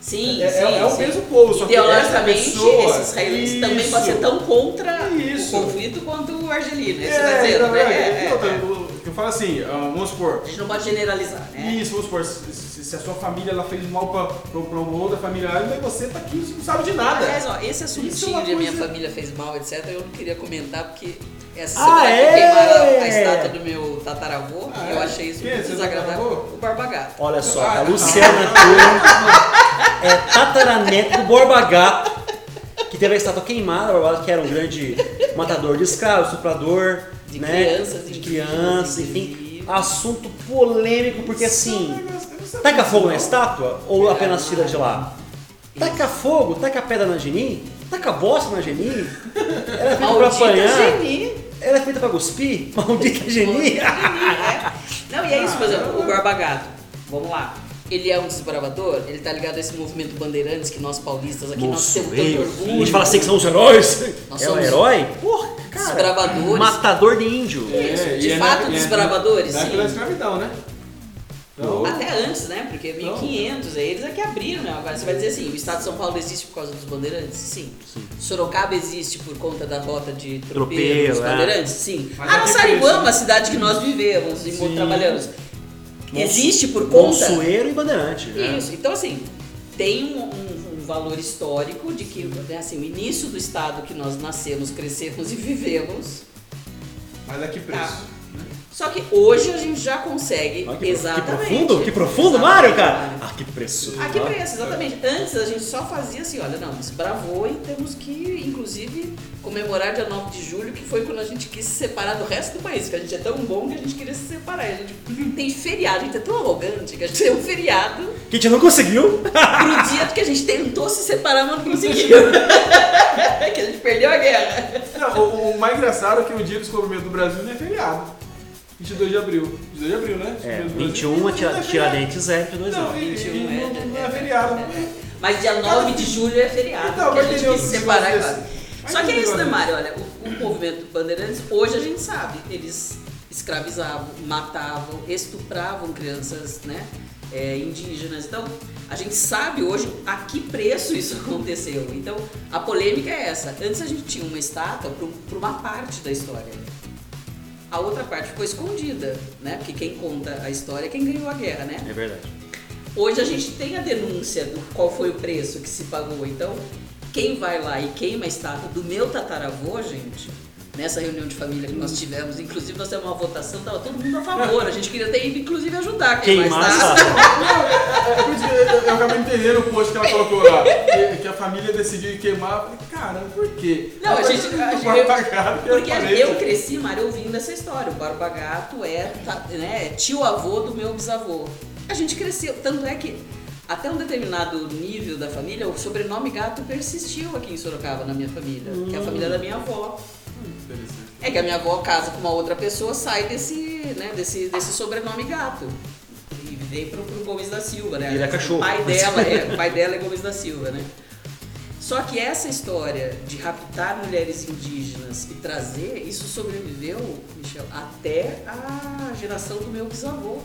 Sim, É- é- sim, é o sim. mesmo povo, só que Ideologicamente, essa pessoa- é esses israelenses também Isso. podem ser tão contra Isso. o conflito quanto o argelino. Isso vai dizer, né? É, é, não, tá é. eu- Eu falo assim, ah, vamos supor. A gente não pode generalizar, né? Isso, vamos supor, se, se- se a sua família ela fez mal pra, pra, pra uma outra família, mas você tá aqui, você não sabe de nada. Aliás, ó, esse Isso é assuntinho uma de a minha coisa- família fez mal, etc., eu não queria comentar porque essa Ah, semana é? que queimaram a estátua do meu tataravô, Ah, eu é? achei isso Quem é muito seu desagradável. tataravô? O Barbagato. Olha só, a Ah, Luciana Turno é tataraneto do Borba Gato, que teve a estátua queimada, Borba Gato, que era um grande matador de escravos, estuprador, De né? crianças, de inclusive, crianças, enfim. inclusive. Assunto polêmico, porque assim, é tá taca fogo na estátua ou Não. apenas tira de lá? Taca fogo, taca pedra na Geni, taca bosta na Geni, ela é feita pra Maldita apanhar, Geni. ela é feita pra cuspir, (laughs) maldita Geni. Não, e é isso, por exemplo, o Barbagato. Vamos lá. Ele é um desbravador, ele tá ligado a esse movimento bandeirantes que nós paulistas aqui, nós temos tanto Moçoeiro. orgulho. A gente fala assim que são os heróis. Nós é somos um herói? Porra, cara. desbravadores. Matador de índio. É Isso, de fato, É, na- desbravadores, Na sim. época da escravidão, né? Então, Até antes, né? Porque 1500, é eles é que abriram, né? Agora você vai dizer assim, o estado de São Paulo existe por causa dos bandeirantes? Sim. Sorocaba existe por conta da rota de Tropeiro, tropeiros, dos é. bandeirantes? Sim. Mas é que Araçariguama, a cidade que nós vivemos e Sim. trabalhamos, Monsu- existe por conta... Monsueiro e bandeirante. né? Isso. Então, assim, tem um, um- um valor histórico de que né, assim, o início do estado que nós nascemos, crescemos e vivemos. mas a Tá. que preço? Só que hoje a gente já consegue. É. Olha que, pro- exatamente. que profundo, que profundo, Exatamente, Mário, cara. Ah, que preço. Ah, que preço, exatamente. Antes a gente só fazia assim, olha, não, desbravou e temos que, inclusive, comemorar dia 9 de julho, que foi quando a gente quis se separar do resto do país, que a gente é tão bom que a gente queria se separar. E a gente (laughs) tem feriado, a gente é tão arrogante que a gente tem um feriado Que a gente não conseguiu. pro dia que a gente tentou se separar, mas não conseguiu. (laughs) que a gente perdeu a guerra. Não, o, o mais engraçado é que o dia do descobrimento do Brasil não é feriado. 22 de abril. 22 de abril, né? É, Descobrimento do Brasil. 21 é tira, Tiradentes é 22 Não, anos. e, e, 21 é, não, não é é, feriado. Mas dia 9 de julho é feriado, Então, que a gente mas quis se entendeu? separar Mas agora. isso- Só que é mas isso, né, isso- Mário? Olha, o, o movimento Bandeirantes, hoje a gente sabe, eles escravizavam, matavam, estupravam crianças, né? é, indígenas. Então, a gente sabe hoje a que preço isso (laughs) aconteceu. Então, a polêmica é essa. Antes a gente tinha uma estátua para uma parte da história a outra parte ficou escondida, né? Porque quem conta a história é quem ganhou a guerra, né? É verdade. Hoje a gente tem a denúncia do qual foi o preço que se pagou. Então, quem vai lá e queima a estátua do meu tataravô, gente, nessa reunião de família que nós tivemos, inclusive nós tivemos uma votação, tava todo mundo a favor. A gente queria ter ido, inclusive, ajudar a queimar, Queimar a a (laughs) estátua. estátua. Não, é- é- é por isso que eu, eu acabei entendendo o post que ela colocou lá. Que, que a família decidiu ir queimar. Eu falei, cara, por quê? Não, a Mas gente. eu a gente- vou apagar, porque porque aparece. eu cresci, Mário, ouvindo essa história. O Barba Gato é ta- né, tio-avô do meu bisavô. A gente cresceu. Tanto é que, até um determinado nível da família, o sobrenome Gato persistiu aqui em Sorocaba, na minha família, que é a família da minha avó. Interessante. É que a minha avó casa com uma outra pessoa, sai desse, né, desse, desse sobrenome gato. E vem pro, pro Gomes da Silva, né? Vira cachorro. O pai dela, é, o pai dela é Gomes da Silva, né? Só que essa história de raptar mulheres indígenas e trazer, isso sobreviveu, Michel, até a geração do meu bisavô.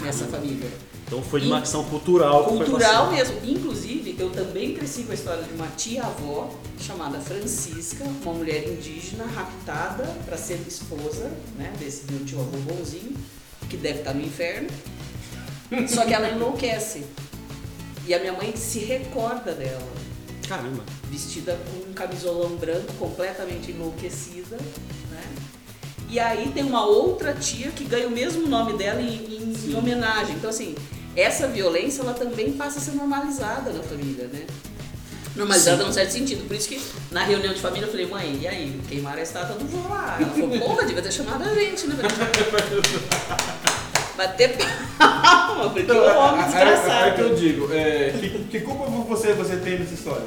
nessa família. Então foi de uma ação cultural. que foi Cultural passada. mesmo. Inclusive, eu também cresci com a história de uma tia-avó chamada Francisca, uma mulher indígena raptada para ser esposa né, desse meu tio-avô bonzinho, que deve estar no inferno. Só que ela enlouquece. E a minha mãe se recorda dela, Caramba. vestida com um camisolão branco, completamente enlouquecida. Né? E aí tem uma outra tia que ganha o mesmo nome dela em, em homenagem. Então, assim, essa violência ela também passa a ser normalizada na família, né? Normalizada num certo sentido. Por isso que na reunião de família eu falei, mãe, e aí? Queimaram a estátua do vô lá. Ela falou, porra, devia ter chamado a gente, né? Bater palma, porque o homem Então, É, é, é que eu desgraçado. digo, é, que, que culpa você, você tem nessa história?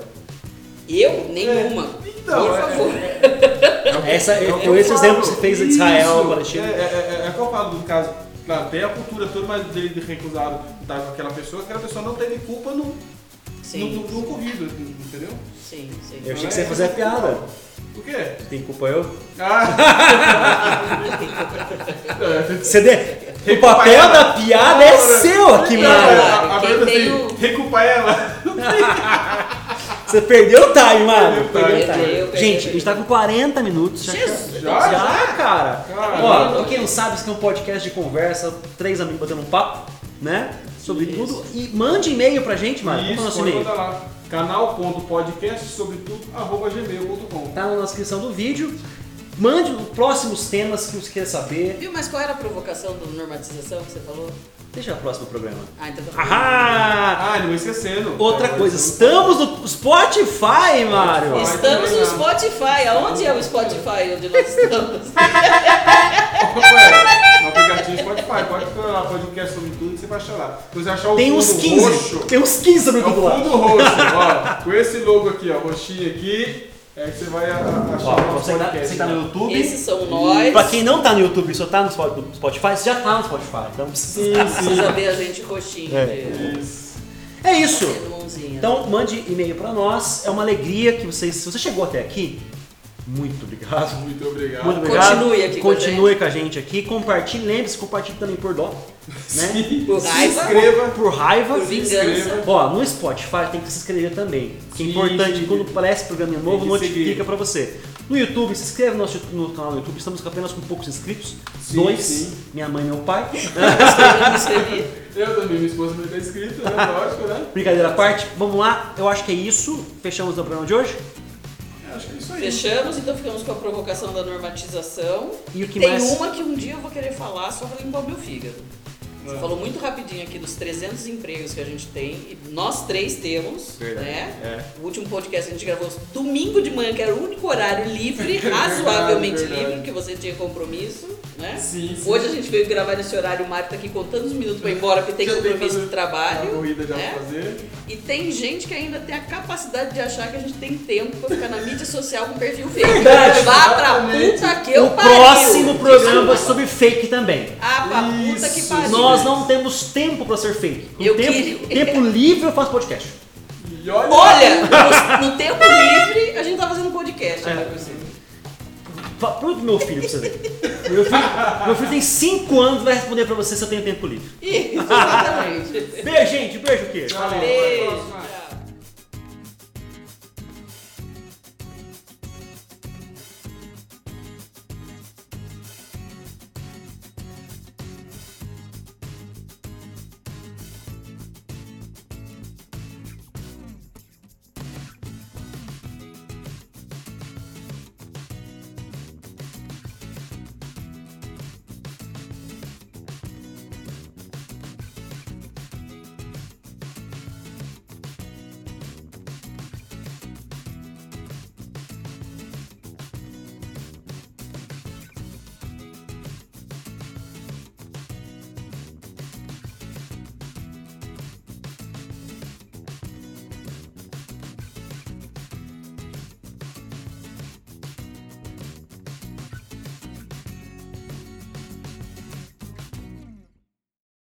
Eu? Nenhuma. É, então, Por é- favor. Essa, É o foi que eu esse falo. exemplo que você fez de Israel, Isso. Palestina. É, é, é, é que eu falo do caso. Claro, tem a cultura toda, mas dele recusado estar com aquela pessoa, aquela pessoa não teve culpa no, no, Sim, no- no ocorrido, um entendeu? sim, sim. Eu achei que você ia fazer a piada. O (laughs) quê? Tem culpa eu? Ah, Você de... O Tem papel culpa da piada é seu aqui, Não, mano. cara, a, a quem Brenda tem assim, o- recupa ela. Você perdeu o time, mano. Perdeu o time. Perdeu, perdeu, Gente, a gente tá com 40 minutos. Jesus! Já, já, cara. Caralho. Ó, pra quem não sabe, isso aqui é um podcast de conversa, três amigos batendo um papo, né? Sobre Isso. tudo. E mande e-mail pra gente, mano. Qual é o Isso, nosso pode e-mail? mandar lá. Canal.podcast, sobretudo, arroba gmail.com. Tá na descrição do vídeo. Mande os próximos temas que você quer saber. Viu, mas qual era a provocação do normatização que você falou? Deixa o próximo programa. Ah, então tá bom. Ahá! Ah, não vou esquecendo. Outra É, coisa, eu- estamos no Spotify, Mário! Isso. Estamos no Vai, Spotify. Aonde é o Spotify onde nós estamos? Ué, é no aplicativo Spotify, pode colocar lá, podcast sobre tudo que você vai achar lá. Se você achar é o Tem fundo uns 15, roxo, tem uns 15 é o amigos do lado. fundo roxo, ó, com esse logo aqui, ó, roxinho aqui, é que você vai a- a- achar Ó, o pra nosso você que tá, podcast. então. você que tá no YouTube. Esses são nós. Pra quem não tá no YouTube e só tá no Spo- Spotify, você já tá no Spotify. Então precisa. Precisa ver a gente roxinho. É. de- né? Isso. É isso! de mãozinha. Então mande e-mail pra nós. É uma alegria que vocês. Se você chegou até aqui, muito obrigado. Muito obrigado. Muito obrigado. Continue aqui com a Continue com a gente aqui. Compartilhe, lembre-se, compartilhe também por dó. Né? (laughs) Por Se raiva, inscreva. Por raiva. Por vingança. Ó, no Spotify tem que se inscrever também. Que é Sim. importante, quando aparece programa novo, que notifica seguir. pra você. No YouTube, se inscreve no nosso no canal no YouTube, estamos com apenas com poucos inscritos. Sim, Dois, sim. minha mãe e meu pai. (laughs) Escrevi, escrevi. Eu também, minha esposa também tá inscrita, né? Lógico, né? Brincadeira à parte, vamos lá, eu acho que é isso. Fechamos o programa de hoje. Acho que é isso aí. Fechamos, então ficamos com a provocação da normatização. E o que Tem mais? uma que um dia eu vou querer falar só pra limpar o meu fígado. Você Ah. falou muito rapidinho aqui dos 300 empregos que a gente tem, e nós três temos, Verdade, né? É. O último podcast a gente gravou domingo de manhã, que era o único horário livre, razoavelmente (laughs) Verdade, livre, verdade. porque você tinha compromisso, né? Sim, sim. Hoje a gente veio gravar nesse horário, o Mário tá aqui contando os minutos pra ir embora, porque tem Já que compromisso fazer de trabalho, uma corrida já né? pra fazer. E tem gente que ainda tem a capacidade de achar que a gente tem tempo pra ficar na mídia social com perfil fake. Verdade. Vá pra Exatamente. puta que eu o pariu. próximo programa é sobre fake também. Ah, pra puta que Isso. pariu. Nós não temos tempo pra ser fake. Com Eu tempo, queria. (laughs) tempo livre eu faço podcast. E olha, Olha, no, no tempo livre a gente tá fazendo podcast. É. né, Priscila? Fa- Pergunta pro meu filho pra você ver. Meu filho, meu filho tem 5 anos e vai responder pra você se eu tenho tempo livre. Isso, exatamente. Beijo, gente. Beijo, queijo. Valeu, até a Beijo. próxima.